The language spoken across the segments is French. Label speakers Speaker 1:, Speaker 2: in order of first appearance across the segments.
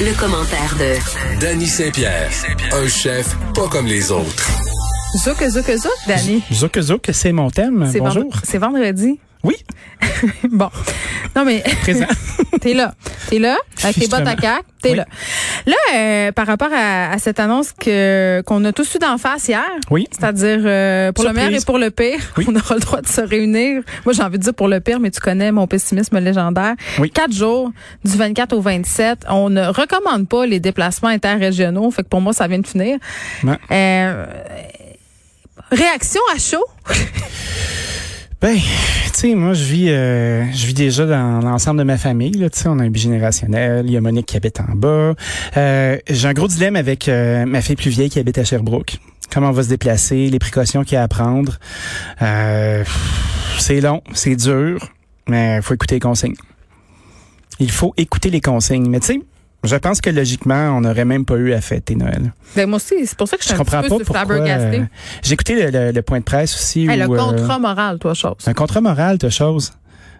Speaker 1: le commentaire de
Speaker 2: Danny Saint-Pierre, un chef pas comme les autres.
Speaker 3: Zouk, zouk, zouk, Danny.
Speaker 4: Zouk, zouk, c'est mon thème.
Speaker 3: C'est
Speaker 4: Bonjour.
Speaker 3: vendre- C'est vendredi.
Speaker 4: Oui,
Speaker 3: bon. Non, mais
Speaker 4: présent.
Speaker 3: t'es là. T'es là. Avec tes bottes à
Speaker 4: Justement.
Speaker 3: cac. T'es
Speaker 4: Oui.
Speaker 3: là. Là, euh, par rapport à, à cette annonce que qu'on a tous eu d'en face hier.
Speaker 4: Oui.
Speaker 3: C'est-à-dire, euh, pour
Speaker 4: Surprise.
Speaker 3: le meilleur et pour le pire,
Speaker 4: Oui.
Speaker 3: on aura le droit de se réunir. Moi, j'ai envie de dire pour le pire, mais tu connais mon pessimisme légendaire.
Speaker 4: Oui.
Speaker 3: Quatre jours, du 24 au 27. On ne recommande pas les déplacements interrégionaux. Fait que pour moi, ça vient de finir.
Speaker 4: Ouais.
Speaker 3: Euh, réaction à chaud.
Speaker 4: Ben, tu sais, moi, je vis, euh, je vis déjà dans l'ensemble de ma famille. Là, tu sais, on a un bigénérationnel. Il y a Monique qui habite en bas. Euh, J'ai un gros dilemme avec euh, ma fille plus vieille qui habite à Sherbrooke. Comment on va se déplacer, les précautions qu'il y a à prendre. Euh, c'est long, c'est dur, mais faut écouter les consignes. Il faut écouter les consignes. Mais tu sais, je pense que logiquement, on n'aurait même pas eu à fêter Noël.
Speaker 3: Ben, moi aussi, c'est pour ça que je suis
Speaker 4: Je
Speaker 3: un petit
Speaker 4: comprends
Speaker 3: peu
Speaker 4: pas
Speaker 3: sur
Speaker 4: pourquoi.
Speaker 3: flabbergastée.
Speaker 4: euh, J'ai écouté le, le- le point de presse aussi.
Speaker 3: Hey, le
Speaker 4: où, euh,
Speaker 3: contrat moral, toi, chose.
Speaker 4: c'est un contrat moral de choses.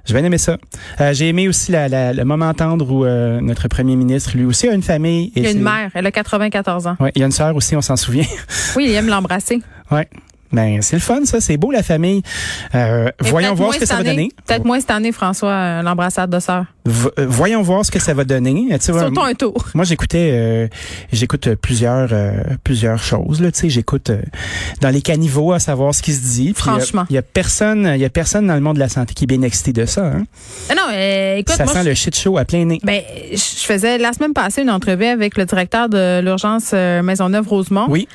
Speaker 4: J'ai bien aimé ça. Euh, J'ai aimé aussi la- la- le moment tendre où euh, notre premier ministre, lui aussi, a une famille. et
Speaker 3: Il y a
Speaker 4: c'est-
Speaker 3: une mère, elle a 94 ans.
Speaker 4: Ouais, il y a une sœur aussi, on s'en souvient.
Speaker 3: Oui, il aime l'embrasser.
Speaker 4: ouais. Ben, c'est le fun, ça. C'est beau, la famille. Euh,
Speaker 3: Mais
Speaker 4: voyons
Speaker 3: peut-être
Speaker 4: voir
Speaker 3: moins
Speaker 4: ce que ça va
Speaker 3: cette année-
Speaker 4: donner.
Speaker 3: Peut-être moins cette année, François, euh, l'embrassade de sœur.
Speaker 4: V- euh, voyons voir ce que ça va donner. Euh, tu vois,
Speaker 3: Surtout un tour.
Speaker 4: Moi, j'écoutais, euh, j'écoute plusieurs, euh, plusieurs choses. Là, tu sais, j'écoute euh, dans les caniveaux à savoir ce qui se dit. Puis,
Speaker 3: Franchement.
Speaker 4: euh, il y a personne, il y a personne dans le monde de la santé qui est bien excité de ça. hein.
Speaker 3: Ah Non, euh, écoute,
Speaker 4: ça
Speaker 3: moi,
Speaker 4: sent
Speaker 3: je,
Speaker 4: le shit show à plein nez.
Speaker 3: ben, je je faisais la semaine passée une entrevue avec le directeur de l'urgence euh, Maisonneuve-Rosemont.
Speaker 4: Oui.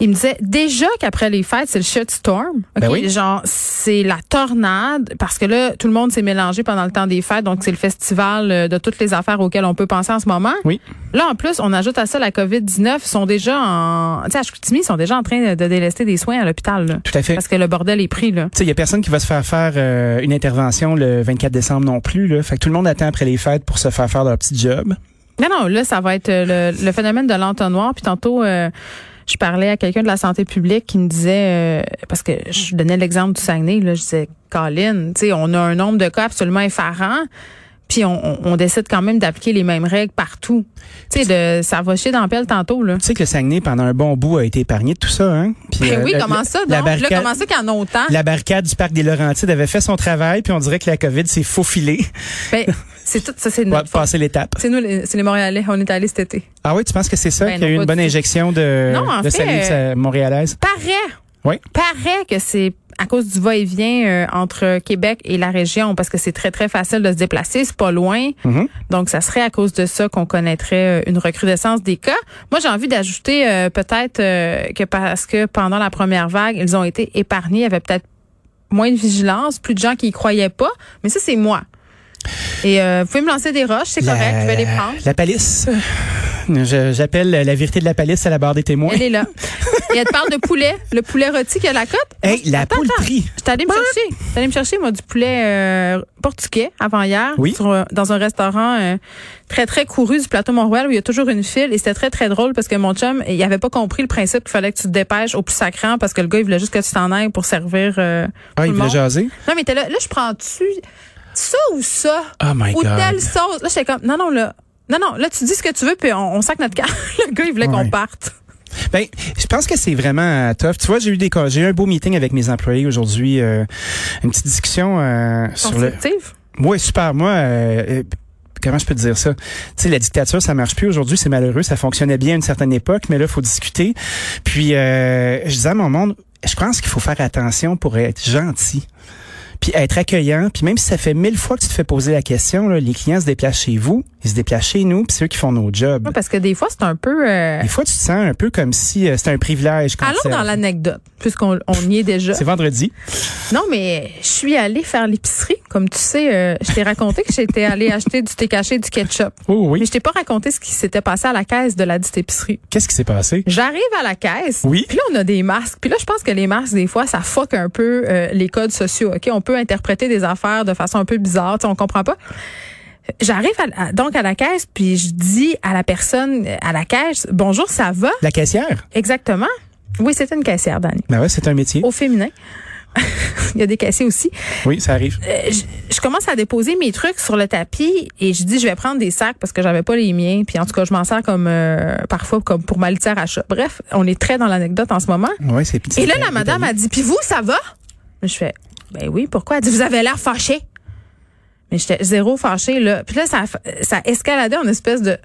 Speaker 3: Il me disait déjà qu'après les fêtes, c'est le shitstorm. OK?
Speaker 4: Ben oui.
Speaker 3: Genre, c'est la tornade parce que là, tout le monde s'est mélangé pendant le temps des fêtes. Donc, c'est le festival euh, de toutes les affaires auxquelles on peut penser en ce moment.
Speaker 4: Oui.
Speaker 3: Là, en plus, on ajoute à ça la COVID-19. Ils sont déjà en... Tu sais, à Chicoutimi, ils sont déjà en train de délester des soins à l'hôpital. là.
Speaker 4: Tout à fait.
Speaker 3: Parce que le bordel est pris, là.
Speaker 4: Tu sais, il y a personne qui va se faire faire euh, une intervention le 24 décembre non plus. Là. Fait que tout le monde attend après les fêtes pour se faire faire leur petit job.
Speaker 3: Non, non, là, ça va être euh, le, le phénomène de l'entonnoir. Puis tantôt, euh, je parlais à quelqu'un de la santé publique qui me disait, euh, parce que je donnais l'exemple du Saguenay, là, je disais, Colin, tu sais, on a un nombre de cas absolument effarant. Puis on, on- on décide quand même d'appliquer les mêmes règles partout. Tu sais, de- ça va chier dans la pelle tantôt, là.
Speaker 4: Tu sais que le Saguenay, pendant un bon bout, a été épargné de tout ça. Hein? Puis,
Speaker 3: Ben
Speaker 4: euh,
Speaker 3: oui,
Speaker 4: le-
Speaker 3: comment ça, donc?
Speaker 4: la
Speaker 3: Là,
Speaker 4: barricade-
Speaker 3: comment ça qu'il y en a autant?
Speaker 4: La barricade du parc des Laurentides avait fait son travail, puis on dirait que la COVID s'est faufilée
Speaker 3: Ben, c'est tout, ça, c'est
Speaker 4: pour
Speaker 3: notre faute.
Speaker 4: passer l'étape.
Speaker 3: C'est nous, les- c'est les Montréalais, on est allés cet été.
Speaker 4: Ah oui, tu penses que c'est ça
Speaker 3: Ben
Speaker 4: qu'il y
Speaker 3: non,
Speaker 4: a eu
Speaker 3: pas
Speaker 4: une bonne
Speaker 3: du tout.
Speaker 4: injection de,
Speaker 3: Non, en
Speaker 4: de
Speaker 3: fait,
Speaker 4: salive
Speaker 3: euh,
Speaker 4: euh, montréalaise?
Speaker 3: Paraît,
Speaker 4: Oui.
Speaker 3: paraît que c'est à cause du va-et-vient euh, entre Québec et la région, parce que c'est très, très facile de se déplacer, c'est pas loin.
Speaker 4: Mhm.
Speaker 3: Donc, ça serait à cause de ça qu'on connaîtrait euh, une recrudescence des cas. Moi, j'ai envie d'ajouter euh, peut-être euh, que parce que pendant la première vague, ils ont été épargnés, il y avait peut-être moins de vigilance, plus de gens qui y croyaient pas, mais ça, c'est moi. Et euh, vous pouvez me lancer des roches, c'est correct, je vais les prendre.
Speaker 4: La palisse. Je- J'appelle la vérité de la palisse à la barre des témoins.
Speaker 3: Elle est là. Et elle te parle de poulet, le poulet rôti qui a la cote.
Speaker 4: Hey, la
Speaker 3: Attends, attends.
Speaker 4: poultrie.
Speaker 3: J'étais allée me chercher. J'étais allée me chercher, moi, du poulet euh, portugais avant hier.
Speaker 4: Oui.
Speaker 3: sur, euh, dans un restaurant euh, très, très couru du plateau Mont-Royal où il y a toujours une file. Et c'était très, très drôle parce que mon chum, il avait pas compris le principe qu'il fallait que tu te dépêches au plus sacrant parce que le gars, il voulait juste que tu t'en ailles pour servir. euh, tout
Speaker 4: Ah, il
Speaker 3: le
Speaker 4: voulait
Speaker 3: monde.
Speaker 4: jaser?
Speaker 3: Non, mais t'es là. Là, je prends-tu ça ou ça?
Speaker 4: Oh my
Speaker 3: ou
Speaker 4: God.
Speaker 3: telle sauce? Là, j'étais comme, non, non, là. Non, non, là, tu dis ce que tu veux, puis on, on sac notre carte. Le gars, il voulait qu'on
Speaker 4: Ouais.
Speaker 3: parte.
Speaker 4: Ben, je pense que c'est vraiment euh, tough. Tu vois, j'ai eu des cas- j'ai eu un beau meeting avec mes employés aujourd'hui, euh, une petite discussion euh, sur le.
Speaker 3: Constructive.
Speaker 4: Ouais, super. Moi, euh, euh, comment je peux te dire ça Tu sais, la dictature, ça marche plus aujourd'hui. C'est malheureux. Ça fonctionnait bien à une certaine époque, mais là, faut discuter. Puis, euh, je disais à mon monde, je pense qu'il faut faire attention pour être gentil. Puis être accueillant, puis même si ça fait mille fois que tu te fais poser la question, là, les clients se déplacent chez vous, ils se déplacent chez nous, puis c'est eux qui font nos jobs.
Speaker 3: Ouais, parce que des fois, c'est un peu. euh,
Speaker 4: Des fois, tu te sens un peu comme si euh, c'était un privilège. qu'on te
Speaker 3: Allons dans
Speaker 4: serve.
Speaker 3: l'anecdote, puisqu'on on y est déjà.
Speaker 4: C'est vendredi.
Speaker 3: Non, mais je suis allée faire l'épicerie. Comme tu sais, euh, je t'ai raconté que j'étais allée acheter du thé caché et du ketchup.
Speaker 4: Oh
Speaker 3: Mais
Speaker 4: oui.
Speaker 3: je t'ai pas raconté ce qui s'était passé à la caisse de la dite épicerie.
Speaker 4: Qu'est-ce qui s'est passé?
Speaker 3: J'arrive à la caisse.
Speaker 4: Oui.
Speaker 3: Puis là, on a des masques. Puis là, je pense que les masques, des fois, ça fuck un peu euh, les codes sociaux. OK? On peut interpréter des affaires de façon un peu bizarre. Tu sais, on comprend pas. J'arrive à- à- donc à la caisse, puis je dis à la personne euh, à la caisse, bonjour, ça va?
Speaker 4: La caissière?
Speaker 3: Exactement. Oui, c'était une caissière, Dani. Oh.
Speaker 4: Ben ouais, c'est un métier.
Speaker 3: Au féminin. il y a des caissiers aussi.
Speaker 4: Oui, ça arrive.
Speaker 3: Euh, je, je commence à déposer mes trucs sur le tapis et je dis je vais prendre des sacs parce que j'avais pas les miens. Puis en tout cas, je m'en sers comme euh, parfois comme pour ma litière à chat. Bref, on est très dans l'anecdote en ce moment.
Speaker 4: Oui, c'est petit.
Speaker 3: Et là, la madame a dit puis vous, ça va Je fais ben oui, pourquoi Elle dit vous avez l'air fâché. Mais j'étais zéro fâchée là. Puis là, ça ça escaladait en espèce de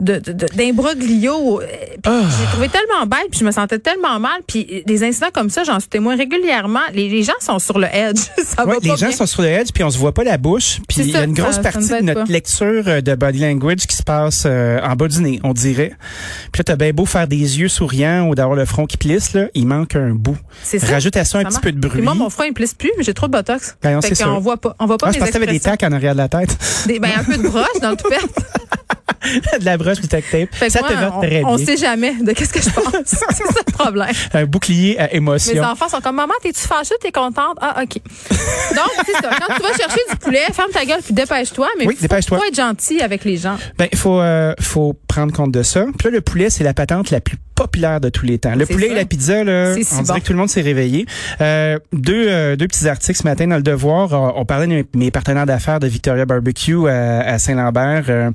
Speaker 3: de- de- de- d'imbroglio. Euh, puis
Speaker 4: Ah.
Speaker 3: J'ai trouvé tellement bête, puis je me sentais tellement mal. Puis euh, des incidents comme ça, j'en suis témoin régulièrement. Les, les gens sont sur le edge. ça
Speaker 4: Ouais,
Speaker 3: va Ah,
Speaker 4: les
Speaker 3: bah, pas
Speaker 4: gens
Speaker 3: bien.
Speaker 4: sont sur le edge, puis on se voit pas la bouche. Puis
Speaker 3: C'est
Speaker 4: il y a
Speaker 3: ça,
Speaker 4: une
Speaker 3: ça-
Speaker 4: grosse
Speaker 3: ça me
Speaker 4: partie de
Speaker 3: fait
Speaker 4: notre
Speaker 3: pas.
Speaker 4: lecture euh, de body language qui se passe euh, en bas du nez, on dirait. Puis là, t'as bien beau faire des yeux souriants ou d'avoir le front qui plisse, là, il manque un bout.
Speaker 3: C'est ça.
Speaker 4: Rajoute à ça un
Speaker 3: Ça
Speaker 4: petit
Speaker 3: marche.
Speaker 4: peu de bruit.
Speaker 3: Puis moi, mon front, il plisse plus, mais j'ai trop de botox.
Speaker 4: Ben non,
Speaker 3: fait
Speaker 4: c'est
Speaker 3: qu'on
Speaker 4: sûr.
Speaker 3: voit pas, on voit pas
Speaker 4: Ah,
Speaker 3: mes
Speaker 4: je pensais que t'avais des
Speaker 3: expressions.
Speaker 4: tacs en arrière de la tête.
Speaker 3: Des- ben, un peu de broche dans le toupet.
Speaker 4: de la broche du tac tape.
Speaker 3: Fait que
Speaker 4: Ça
Speaker 3: moi,
Speaker 4: te va
Speaker 3: on,
Speaker 4: très
Speaker 3: on
Speaker 4: bien.
Speaker 3: sait jamais de qu'est-ce que je pense. c'est ça le problème.
Speaker 4: Un bouclier à
Speaker 3: Mes
Speaker 4: émotion.
Speaker 3: enfants sont comme maman, t'es-tu fâchée, t'es contente Ah ok. Donc c'est ça. Quand tu vas chercher du poulet, ferme ta gueule puis dépêche-toi. Mais
Speaker 4: Oui,
Speaker 3: faut-
Speaker 4: dépêche-toi.
Speaker 3: faut être gentil avec les gens.
Speaker 4: Ben, faut, euh, faut prendre compte de ça. Puis là, le poulet, c'est la patente la plus populaire de tous les temps. Le
Speaker 3: C'est
Speaker 4: poulet
Speaker 3: ça.
Speaker 4: et la pizza, là,
Speaker 3: C'est si
Speaker 4: on
Speaker 3: bon.
Speaker 4: dirait que tout le monde s'est réveillé. Euh, deux, euh, deux petits articles ce matin dans le Devoir. Euh, On, on parlait de mes- mes partenaires d'affaires de Victoria Barbecue à, à Saint-Lambert. Euh,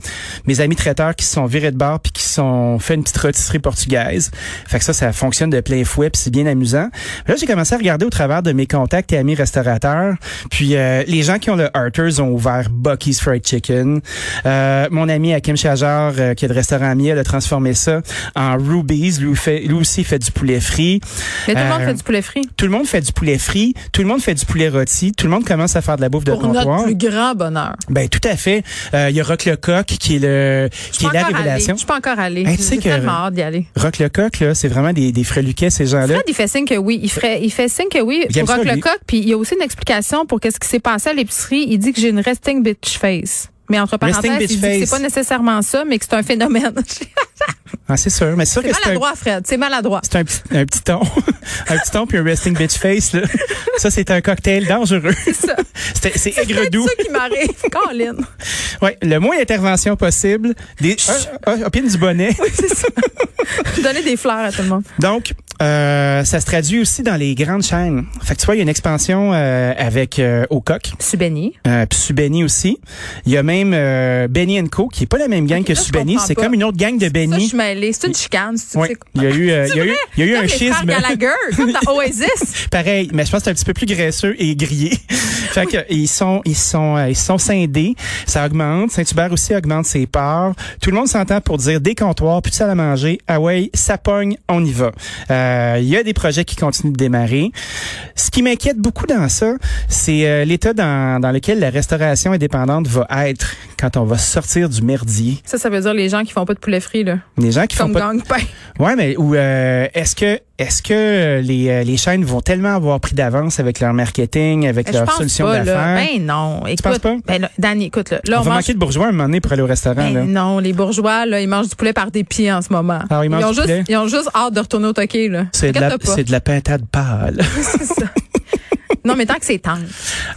Speaker 4: mes amis traiteurs qui se sont virés de bar puis qui se sont fait une petite rôtisserie portugaise. Fait que ça, ça fonctionne de plein fouet puis c'est bien amusant. Là, j'ai commencé à regarder au travers de mes contacts et amis restaurateurs. Puis euh, les gens qui ont le Arthur's ont ouvert Bucky's Fried Chicken. Euh, mon ami Hakim Chajar, euh, qui est de restaurant Miel, a transformé ça en Ruby's. Lui, fait, lui aussi fait du poulet frit.
Speaker 3: Mais tout le monde
Speaker 4: Euh,
Speaker 3: fait du poulet frit.
Speaker 4: Tout le monde fait du poulet frit. Tout le monde fait du poulet rôti. Tout le monde commence à faire de la bouffe de
Speaker 3: Pour notre
Speaker 4: comptoir.
Speaker 3: plus grand bonheur.
Speaker 4: Ben tout à fait. Euh, Il y a Rock Lecoq qui est le
Speaker 3: Je
Speaker 4: qui
Speaker 3: suis
Speaker 4: est
Speaker 3: pas
Speaker 4: la
Speaker 3: encore allée.
Speaker 4: révélation.
Speaker 3: Je suis pas encore allée.
Speaker 4: Hey, tu sais
Speaker 3: J'ai
Speaker 4: que-
Speaker 3: tellement hâte d'y aller.
Speaker 4: Rock Lecoq là, c'est vraiment des des freluquets ces gens-là.
Speaker 3: Fred, il fait signe que oui. Il, ferait, il fait signe que oui
Speaker 4: Il aime
Speaker 3: pour Rock
Speaker 4: ça, lui.
Speaker 3: le coq. Puis il y a aussi une explication pour qu'est-ce qui s'est passé à l'épicerie. Il dit que j'ai une resting bitch face. Mais entre
Speaker 4: Resting
Speaker 3: parenthèses, il
Speaker 4: bitch
Speaker 3: dit que
Speaker 4: face.
Speaker 3: c'est pas nécessairement ça, mais que c'est un phénomène.
Speaker 4: Ah, c'est sûr, mais c'est sûr
Speaker 3: c'est
Speaker 4: que c'est un
Speaker 3: maladroit, Fred. C'est maladroit.
Speaker 4: c'est un petit, un petit ton. un petit ton puis un resting bitch face, là. Ça, c'est un cocktail dangereux.
Speaker 3: C'est ça.
Speaker 4: C'était- C'est aigre
Speaker 3: C'est
Speaker 4: doux.
Speaker 3: ça qui m'arrive. Colin.
Speaker 4: Ouais, le moins d'intervention possible. Des, Ah, ah, opine du bonnet.
Speaker 3: Oui, c'est ça. Donner des fleurs à tout le monde.
Speaker 4: Donc, euh, ça se traduit aussi dans les grandes chaînes. Fait que tu vois, il y a une expansion euh, avec euh, au coq,
Speaker 3: Subéni.
Speaker 4: euh, puis Subeni aussi. Il y a même euh, Benny Co, qui est pas la même gang que
Speaker 3: là, je
Speaker 4: Subeni.
Speaker 3: comprends
Speaker 4: C'est
Speaker 3: pas.
Speaker 4: comme une autre gang de
Speaker 3: Ça, je
Speaker 4: Benny.
Speaker 3: suis mêlée. C'est une chicane. C'est
Speaker 4: Ouais.
Speaker 3: c'est-
Speaker 4: Il y a eu, euh, il y a eu, il y a eu
Speaker 3: Comme
Speaker 4: un
Speaker 3: les frères
Speaker 4: schisme.
Speaker 3: Gallagher, comme dans Oasis.
Speaker 4: Pareil, mais je pense que c'est un petit peu plus graisseux et grillé. fait que ils sont ils sont euh, ils sont scindés, ça augmente, Saint-Hubert aussi augmente ses parts. Tout le monde s'entend pour dire des comptoirs, plus de salle à manger, ah ouais, ça pogne, on y va. Euh, il y a des projets qui continuent de démarrer. Ce qui m'inquiète beaucoup dans ça, c'est euh, l'état dans, dans lequel la restauration indépendante va être quand on va sortir du merdier.
Speaker 3: Ça, ça veut dire les gens qui font pas de poulet frit, là.
Speaker 4: Les gens qui font
Speaker 3: Comme
Speaker 4: pas de-
Speaker 3: gang-pain.
Speaker 4: Ouais, mais ou euh, est-ce que est-ce que euh, les, euh, les chaînes vont tellement avoir pris d'avance avec leur marketing, avec
Speaker 3: Ben,
Speaker 4: leur
Speaker 3: je pense
Speaker 4: solution
Speaker 3: pas, là.
Speaker 4: d'affaires?
Speaker 3: Ben non. Écoute,
Speaker 4: penses pas?
Speaker 3: Ben, là, Danny, écoute, là, là,
Speaker 4: on
Speaker 3: on,
Speaker 4: va
Speaker 3: mange...
Speaker 4: manquer de bourgeois un moment donné pour aller au restaurant.
Speaker 3: Ben
Speaker 4: là.
Speaker 3: non, les bourgeois, là, ils mangent du poulet par des pieds en ce moment.
Speaker 4: Ah, ils mangent
Speaker 3: ont
Speaker 4: du
Speaker 3: juste,
Speaker 4: poulet?
Speaker 3: ils ont juste hâte de retourner au toquet, là.
Speaker 4: C'est de, la,
Speaker 3: Inquiète-toi
Speaker 4: c'est de la pintade pâle.
Speaker 3: pas. C'est ça. Non, mais tant que c'est tendre.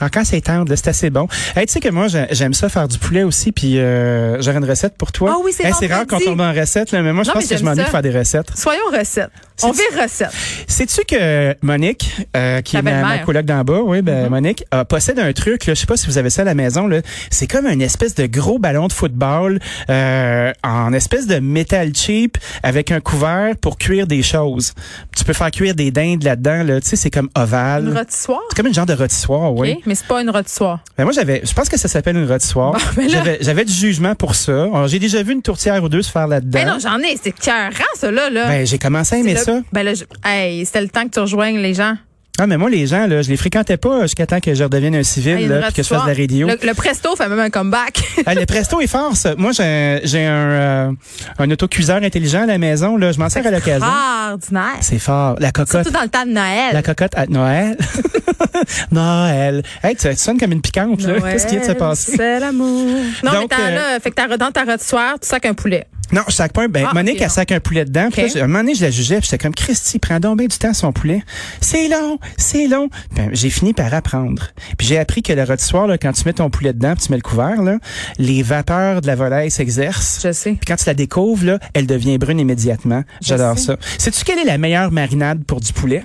Speaker 4: Alors, quand c'est tendre, là, c'est assez bon. Hey, tu sais que moi, j'ai- j'aime ça faire du poulet aussi, puis euh, j'aurais une recette pour toi.
Speaker 3: Ah oui, c'est
Speaker 4: Hey, C'est rare qu'on
Speaker 3: vendredi.
Speaker 4: tombe en recette, là, mais moi, je
Speaker 3: Non,
Speaker 4: pense
Speaker 3: mais
Speaker 4: que je
Speaker 3: j'aime
Speaker 4: m'ennuie
Speaker 3: ça.
Speaker 4: de faire des recettes.
Speaker 3: Soyons recette. On
Speaker 4: C'est-
Speaker 3: vire recette.
Speaker 4: Sais-tu que Monique, euh, qui
Speaker 3: Ta
Speaker 4: est ma, ma
Speaker 3: belle-mère. Mm-hmm.
Speaker 4: coloc d'en bas, oui, ben, Monique, euh, possède un truc, là, je sais pas si vous avez ça à la maison, là, c'est comme une espèce de gros ballon de football euh, en espèce de métal cheap avec un couvert pour cuire des choses. Tu peux faire cuire des dindes là-dedans, là, tu sais, c'est comme ovale.
Speaker 3: Une rôtissoire.
Speaker 4: c'est comme une genre de rôtissoire, Euh, oui.
Speaker 3: OK? Mais c'est pas une rôtissoire.
Speaker 4: Ben, moi, j'avais, je pense que ça s'appelle une rôtissoire.
Speaker 3: Bon, ben là-
Speaker 4: j'avais, j'avais du jugement pour ça. Alors, J'ai déjà vu une tourtière ou deux se faire là-dedans.
Speaker 3: Ben non, j'en ai. C'est cœur, ça, là, là.
Speaker 4: Ben, j'ai commencé à
Speaker 3: C'est
Speaker 4: aimer
Speaker 3: le-
Speaker 4: ça.
Speaker 3: Ben là, je- hey, c'était le temps que tu rejoignes les gens.
Speaker 4: Ah, mais moi, les gens, là, je les fréquentais pas jusqu'à temps que je redevienne un
Speaker 3: Hey,
Speaker 4: civil,
Speaker 3: une
Speaker 4: là,
Speaker 3: vraie
Speaker 4: puis que je fasse de la
Speaker 3: histoire.
Speaker 4: radio.
Speaker 3: Le, le presto fait même un comeback.
Speaker 4: Ah, le presto est fort, ça. Moi, j'ai j'ai un, euh, un autocuiseur intelligent à la maison, là. Je m'en sers à l'occasion.
Speaker 3: Ah. Ordinaire.
Speaker 4: C'est fort. La cocotte.
Speaker 3: Surtout dans le temps de
Speaker 4: La
Speaker 3: Noël.
Speaker 4: cocotte à Noël. Noël. Hey, tu, tu sonnes comme une piquante, là.
Speaker 3: Noël,
Speaker 4: Qu'est-ce qui vient de se passer?
Speaker 3: C'est l'amour. Non,
Speaker 4: Donc,
Speaker 3: mais t'as
Speaker 4: euh,
Speaker 3: là, fait que t'as dans ta rôtissoire, tu sacs un poulet.
Speaker 4: Non, je sac pas un, ben,
Speaker 3: Ah,
Speaker 4: Monique,
Speaker 3: ok,
Speaker 4: elle
Speaker 3: non.
Speaker 4: sac un poulet dedans. Puis
Speaker 3: Ok.
Speaker 4: là, j'ai- à un moment donné, je la jugeais, puis j'étais comme, Christy, prends donc bien du temps son poulet. C'est long, c'est long. Ben, j'ai fini par apprendre. Puis j'ai appris que le rôtissoire, là, quand tu mets ton poulet dedans, puis tu mets le couvert, là, les vapeurs de la volaille s'exercent.
Speaker 3: Je sais.
Speaker 4: Puis quand tu la découvres, là, elle devient brune immédiatement.
Speaker 3: Je
Speaker 4: J'adore
Speaker 3: sais.
Speaker 4: ça. Sais-tu quelle est la meilleure marinade pour du poulet?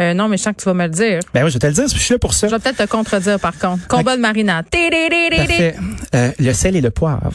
Speaker 3: Euh, non, mais je sens que tu vas me le dire.
Speaker 4: Ben oui, je vais te le dire, je suis là pour ça.
Speaker 3: Je vais peut-être te contredire, par contre. Combat de marinade.
Speaker 4: Parfait. Euh, le sel et le poivre.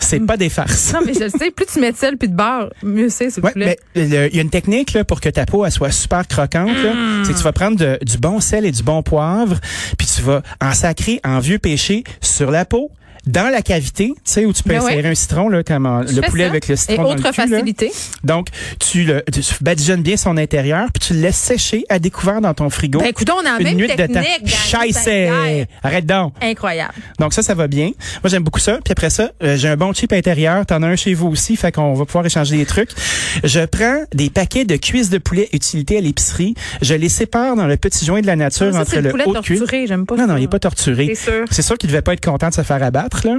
Speaker 4: C'est pas des farces.
Speaker 3: Non, mais je le sais, plus tu mets de sel puis de beurre, mieux c'est, s'il
Speaker 4: Ouais,
Speaker 3: te plaît.
Speaker 4: mais le- il y a une technique là, pour que ta peau elle soit super croquante. là.
Speaker 3: Mm.
Speaker 4: C'est que tu vas prendre de- du bon sel et du bon poivre, puis tu vas en sacrer en vieux péché sur la peau, dans la cavité, tu sais où tu peux
Speaker 3: Ben ouais.
Speaker 4: insérer un citron là, comme en-
Speaker 3: Je
Speaker 4: le
Speaker 3: fais
Speaker 4: poulet
Speaker 3: ça.
Speaker 4: avec le
Speaker 3: Et
Speaker 4: citron dans le
Speaker 3: autre
Speaker 4: cul, là.
Speaker 3: facilité.
Speaker 4: Donc tu le tu badigeonnes bien son intérieur, puis tu le laisses sécher à découvert dans ton frigo.
Speaker 3: Ben, écoute, on a la
Speaker 4: Oh, une
Speaker 3: même
Speaker 4: nuit de
Speaker 3: technique.
Speaker 4: temps. euh,
Speaker 3: gang.
Speaker 4: Scheisse! Arrête donc.
Speaker 3: Incroyable.
Speaker 4: Donc ça, ça va bien. Moi, j'aime beaucoup ça. Puis après ça, euh, j'ai un bon chip intérieur. T'en as un chez vous aussi, fait qu'on va pouvoir échanger des trucs. Je prends des paquets de cuisses de poulet utilité à l'épicerie. Je les sépare dans le petit joint de la nature
Speaker 3: Ah, Ça,
Speaker 4: entre
Speaker 3: c'est le
Speaker 4: le
Speaker 3: poulet
Speaker 4: haut de cuisse.
Speaker 3: torturé. J'aime pas
Speaker 4: Non,
Speaker 3: ça.
Speaker 4: non, il est pas torturé.
Speaker 3: C'est sûr.
Speaker 4: C'est sûr qu'il devait pas être content de se faire abattre. Là.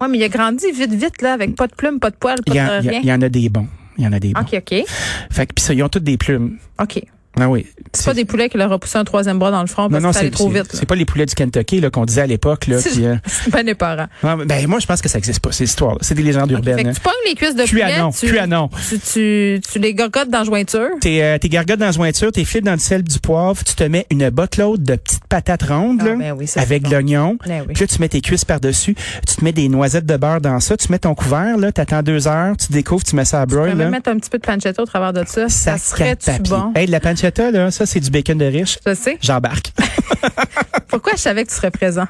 Speaker 3: Ouais, mais il a grandi vite, vite, là, avec pas de plumes, pas de poils, pas
Speaker 4: Il, y en,
Speaker 3: de
Speaker 4: il y en-
Speaker 3: rien.
Speaker 4: il y en a des bons. Il y en a des bons.
Speaker 3: OK, OK.
Speaker 4: Fait que puis ça, ils ont toutes des plumes.
Speaker 3: OK.
Speaker 4: Ah oui.
Speaker 3: C'est pas des poulets qui leur a poussé un troisième bras dans le front parce
Speaker 4: Non, non,
Speaker 3: que ça allait
Speaker 4: c'est
Speaker 3: trop
Speaker 4: c'est-
Speaker 3: vite. là.
Speaker 4: c'est pas les poulets du Kentucky là, qu'on disait à l'époque. là.
Speaker 3: C'est-
Speaker 4: puis, euh,
Speaker 3: C'est pas des parents.
Speaker 4: non, ben moi, je pense que ça existe pas, ces histoires-là. C'est des légendes
Speaker 3: Ah, Fait
Speaker 4: urbaines. hein.
Speaker 3: que tu pognes les cuisses de
Speaker 4: Puis
Speaker 3: poulet,
Speaker 4: à non,
Speaker 3: tu,
Speaker 4: puis à non.
Speaker 3: tu, tu, tu les gogotes dans la jointure.
Speaker 4: T'es euh, t'es gargotes dans la jointure, t'es flippes dans le sel du poivre, tu te mets une botte-l'autre de petites patates rondes
Speaker 3: Ah,
Speaker 4: là,
Speaker 3: ben oui, ça,
Speaker 4: avec
Speaker 3: c'est
Speaker 4: de l'oignon.
Speaker 3: Ben oui.
Speaker 4: Puis là, tu mets tes cuisses par-dessus, tu te mets des noisettes de beurre dans ça, tu mets ton couvert, là, t'attends deux heures, tu découvres, tu mets ça à
Speaker 3: Tu peux
Speaker 4: broil.
Speaker 3: même
Speaker 4: là.
Speaker 3: mettre un petit peu de pancetta au travers de ça. Ça, serait-tu
Speaker 4: papier.
Speaker 3: bon?
Speaker 4: Hey, de la pancetta, là, ça, c'est du bacon de riche.
Speaker 3: Je sais.
Speaker 4: J'embarque.
Speaker 3: Pourquoi je savais que tu serais présent?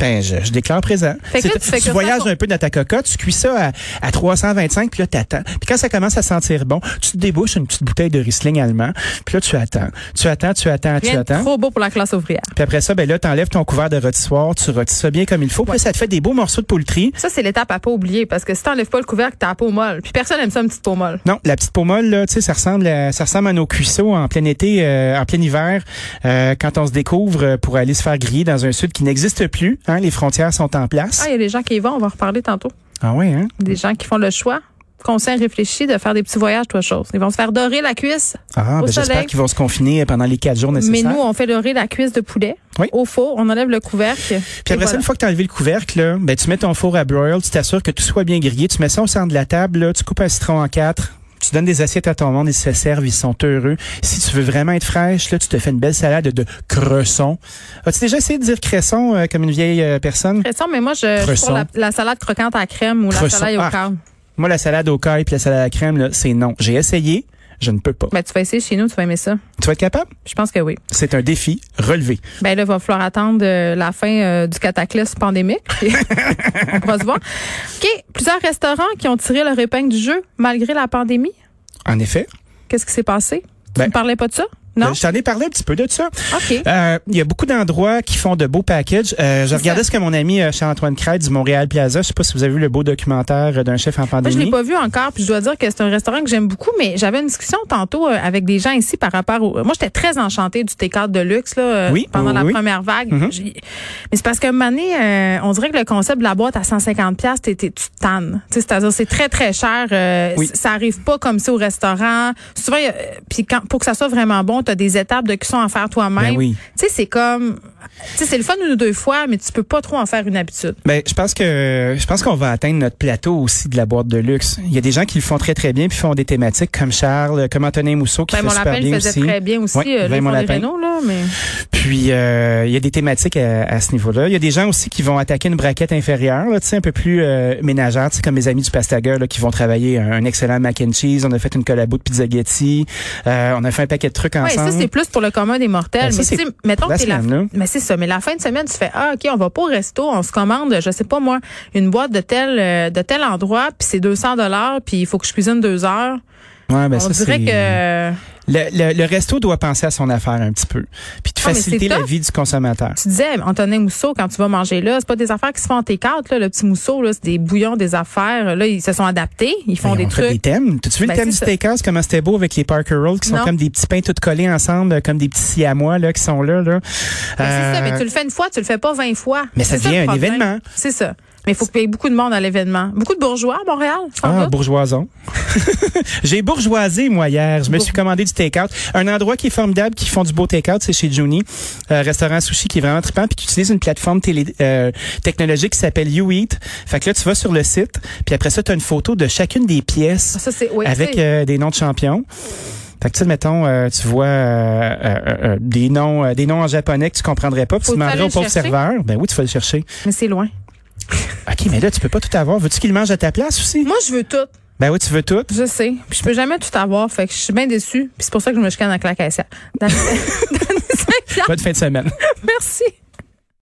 Speaker 4: Ben, je, je déclare présent.
Speaker 3: Fait que là,
Speaker 4: C'est-
Speaker 3: tu fais que ça
Speaker 4: voyages
Speaker 3: pour-
Speaker 4: un peu dans ta cocotte, tu cuis ça à, à 325, puis là, t'attends. Puis quand ça commence à sentir bon, tu te débouches une petite bouteille de Riesling allemand, puis là, tu attends. Tu attends, tu attends, tu
Speaker 3: Rien de
Speaker 4: attends.
Speaker 3: trop beau pour la classe ouvrière.
Speaker 4: Puis après ça, ben là, t'enlèves ton couvert de rôtissoire, tu rôtis ça bien comme il faut. Puis là, ça te fait des beaux morceaux de poultry.
Speaker 3: Ça, c'est l'étape à pas oublier parce que si t'enlèves pas le couvercle, t'as la peau molle. Puis personne aime ça, une petite peau molle.
Speaker 4: Non, la petite peau molle, là, tu sais, ça ressemble, à, ça ressemble à nos cuisseaux en plein été, euh, en plein hiver, euh, quand on se découvre euh, pour aller se faire griller dans un sud qui n'existe plus. Hein, les frontières sont en place.
Speaker 3: Ah, il y a des gens qui y vont, on va en reparler tantôt.
Speaker 4: Ah ouais, hein?
Speaker 3: Des gens qui font le choix conscient, réfléchi de faire des petits voyages, trois choses. Ils vont se faire dorer la cuisse.
Speaker 4: Ah,
Speaker 3: Au
Speaker 4: ben, j'espère
Speaker 3: soleil.
Speaker 4: qu'ils vont se confiner pendant les quatre jours
Speaker 3: Mais
Speaker 4: nécessaires.
Speaker 3: nous, on fait dorer la cuisse de poulet
Speaker 4: Oui.
Speaker 3: au four, on enlève le couvercle.
Speaker 4: Puis après ça, une fois que tu as enlevé le couvercle, là, ben, tu mets ton four à broil, tu t'assures que tout soit bien grillé, tu mets ça au centre de la table, là, tu coupes un citron en quatre. Tu donnes des assiettes à ton monde, ils se servent, ils sont heureux. Si tu veux vraiment être fraîche, là, tu te fais une belle salade de cresson. As-tu déjà essayé de dire cresson euh, comme une vieille euh, personne?
Speaker 3: Pression, mais moi, je, je suis pour la, la salade croquante à la crème ou la
Speaker 4: Cresson.
Speaker 3: salade au
Speaker 4: Ah.
Speaker 3: carme.
Speaker 4: Moi, la salade au caille puis la salade à la crème, là, c'est non. J'ai essayé, je ne peux pas.
Speaker 3: Ben, tu vas essayer chez nous, tu vas aimer ça.
Speaker 4: Tu vas être capable?
Speaker 3: Je pense que oui.
Speaker 4: C'est un défi relevé.
Speaker 3: Ben là, va falloir attendre euh, la fin euh, du cataclysme pandémique. Puis on va se voir. OK. Plusieurs restaurants qui ont tiré leur épingle du jeu malgré la pandémie.
Speaker 4: En effet.
Speaker 3: Qu'est-ce qui s'est passé?
Speaker 4: Ben-
Speaker 3: tu ne parlais pas de ça? Non?
Speaker 4: Ben, Je t'en ai parlé un petit peu de ça.
Speaker 3: OK.
Speaker 4: Euh, Il y a beaucoup d'endroits qui font de beaux packages. Euh, je regardais ce que mon ami euh, Charles-Antoine Craig du Montréal Plaza, je sais pas si vous avez vu le beau documentaire euh, d'un chef en
Speaker 3: Moi, je l'ai
Speaker 4: pandémie.
Speaker 3: pas vu encore, puis je dois dire que c'est un restaurant que j'aime beaucoup, mais j'avais une discussion tantôt euh, avec des gens ici par rapport au. Moi, j'étais très enchantée du T4 de luxe là, euh,
Speaker 4: Oui,
Speaker 3: pendant
Speaker 4: oui,
Speaker 3: la
Speaker 4: oui. Mm-hmm.
Speaker 3: première vague. J'ai- Mais c'est parce que Mané, euh, on dirait que le concept de la boîte à 150 pièces, tu te tannes. Tu sais, C'est-à-dire, c'est très très cher. euh,
Speaker 4: Oui.
Speaker 3: c- Ça arrive pas comme ça au restaurant. Souvent, il y a- euh, puis quand pour que ça soit vraiment bon, tu as des étapes de cuisson à faire toi-même.
Speaker 4: Ben oui.
Speaker 3: Tu sais, c'est comme, tu sais, c'est le fun une ou deux fois, mais tu peux pas trop en faire une habitude.
Speaker 4: Ben, je pense que je pense qu'on va atteindre notre plateau aussi de la boîte de luxe. Il y a des gens qui le font très très bien puis font des thématiques comme Charles, comme Antonin Mousseau qui
Speaker 3: Ben,
Speaker 4: fait
Speaker 3: mon
Speaker 4: super
Speaker 3: lapin
Speaker 4: bien
Speaker 3: le faisait
Speaker 4: aussi.
Speaker 3: très bien aussi.
Speaker 4: Ouais,
Speaker 3: euh, là,
Speaker 4: Vin
Speaker 3: ils
Speaker 4: Mon
Speaker 3: font des
Speaker 4: Lapin.
Speaker 3: rénaux, là, mais.
Speaker 4: Puis euh, il y a des thématiques à, à ce niveau-là. Il y a des gens aussi qui vont attaquer une braquette inférieure, là, tu sais, un peu plus euh, ménagère, tu sais, comme mes amis du Pastaga là, qui vont travailler un, un excellent mac and cheese. On a fait une collabo de pizzaghetti. Euh, on a fait un paquet de trucs
Speaker 3: Oui,
Speaker 4: ensemble.
Speaker 3: ça, c'est plus pour le commun des mortels.
Speaker 4: Ben, ça,
Speaker 3: mais
Speaker 4: c'est
Speaker 3: tu sais, mettons
Speaker 4: pour la
Speaker 3: que t'es la,
Speaker 4: semaine, là.
Speaker 3: mais c'est ça. Mais la fin de semaine, tu fais, ah, OK, on va pas au resto, on se commande, je sais pas moi, une boîte de tel, euh, de tel endroit, puis c'est 200 dollars, puis il faut que je cuisine deux heures.
Speaker 4: Ouais, ben
Speaker 3: on
Speaker 4: ça,
Speaker 3: dirait
Speaker 4: c'est-
Speaker 3: que
Speaker 4: Le, le, le resto doit penser à son affaire un petit peu, puis de
Speaker 3: Ah, mais
Speaker 4: faciliter
Speaker 3: c'est
Speaker 4: la
Speaker 3: tough.
Speaker 4: vie du consommateur.
Speaker 3: tu disais, Antonin Mousseau, quand tu vas manger là, c'est pas des affaires qui se font en T4, là, le petit Mousseau, là, c'est des bouillons, des affaires. Là, ils se sont adaptés, ils font
Speaker 4: Ben, Ils
Speaker 3: des
Speaker 4: ont fait
Speaker 3: trucs.
Speaker 4: des thèmes. T'as-tu vu
Speaker 3: Ben,
Speaker 4: le thème du
Speaker 3: c'est ça.
Speaker 4: steakhouse, comment c'était beau avec les Parker Rolls qui sont
Speaker 3: Non.
Speaker 4: comme des petits pains tout collés ensemble, euh, comme des petits siamois là, qui sont là. là.
Speaker 3: Ben, c'est ça,
Speaker 4: Euh,
Speaker 3: mais tu le fais une fois, tu le fais pas 20 fois.
Speaker 4: Mais ça
Speaker 3: C'est le
Speaker 4: devient un
Speaker 3: problème.
Speaker 4: événement.
Speaker 3: C'est ça. Mais il faut qu'il y ait beaucoup de monde à l'événement. Beaucoup de bourgeois à Montréal, sans
Speaker 4: Ah,
Speaker 3: doute.
Speaker 4: bourgeoison. J'ai bourgeoisé, moi, hier. Je me suis commandé du take-out. Un endroit qui est formidable, qui font du beau take-out, c'est chez Juni, euh, restaurant sushi qui est vraiment trippant, puis qui utilise une plateforme télé, euh, technologique qui s'appelle You Eat. Fait que là, tu vas sur le site, puis après ça, tu as une photo de chacune des pièces
Speaker 3: Ça, Ah, c'est, oui,
Speaker 4: avec
Speaker 3: c'est-
Speaker 4: euh, des noms de champions. Fait que, tu sais, mettons, euh, tu vois euh, euh, euh, des noms euh, des noms en japonais que tu comprendrais pas, puis tu
Speaker 3: Faut
Speaker 4: demanderais
Speaker 3: aller
Speaker 4: au pauvre
Speaker 3: le chercher?
Speaker 4: serveur. Ben oui, tu vas le chercher.
Speaker 3: Mais c'est loin.
Speaker 4: OK, mais là, tu peux pas tout avoir. Veux-tu qu'il mange à ta place aussi?
Speaker 3: Moi, je veux tout.
Speaker 4: Ben oui, tu veux tout.
Speaker 3: Je sais. Puis je peux jamais tout avoir. Fait que je suis bien déçue. Puis c'est pour ça que je me chicane avec la caissière. Dans- dans-
Speaker 4: Bonne fin de semaine.
Speaker 3: Merci.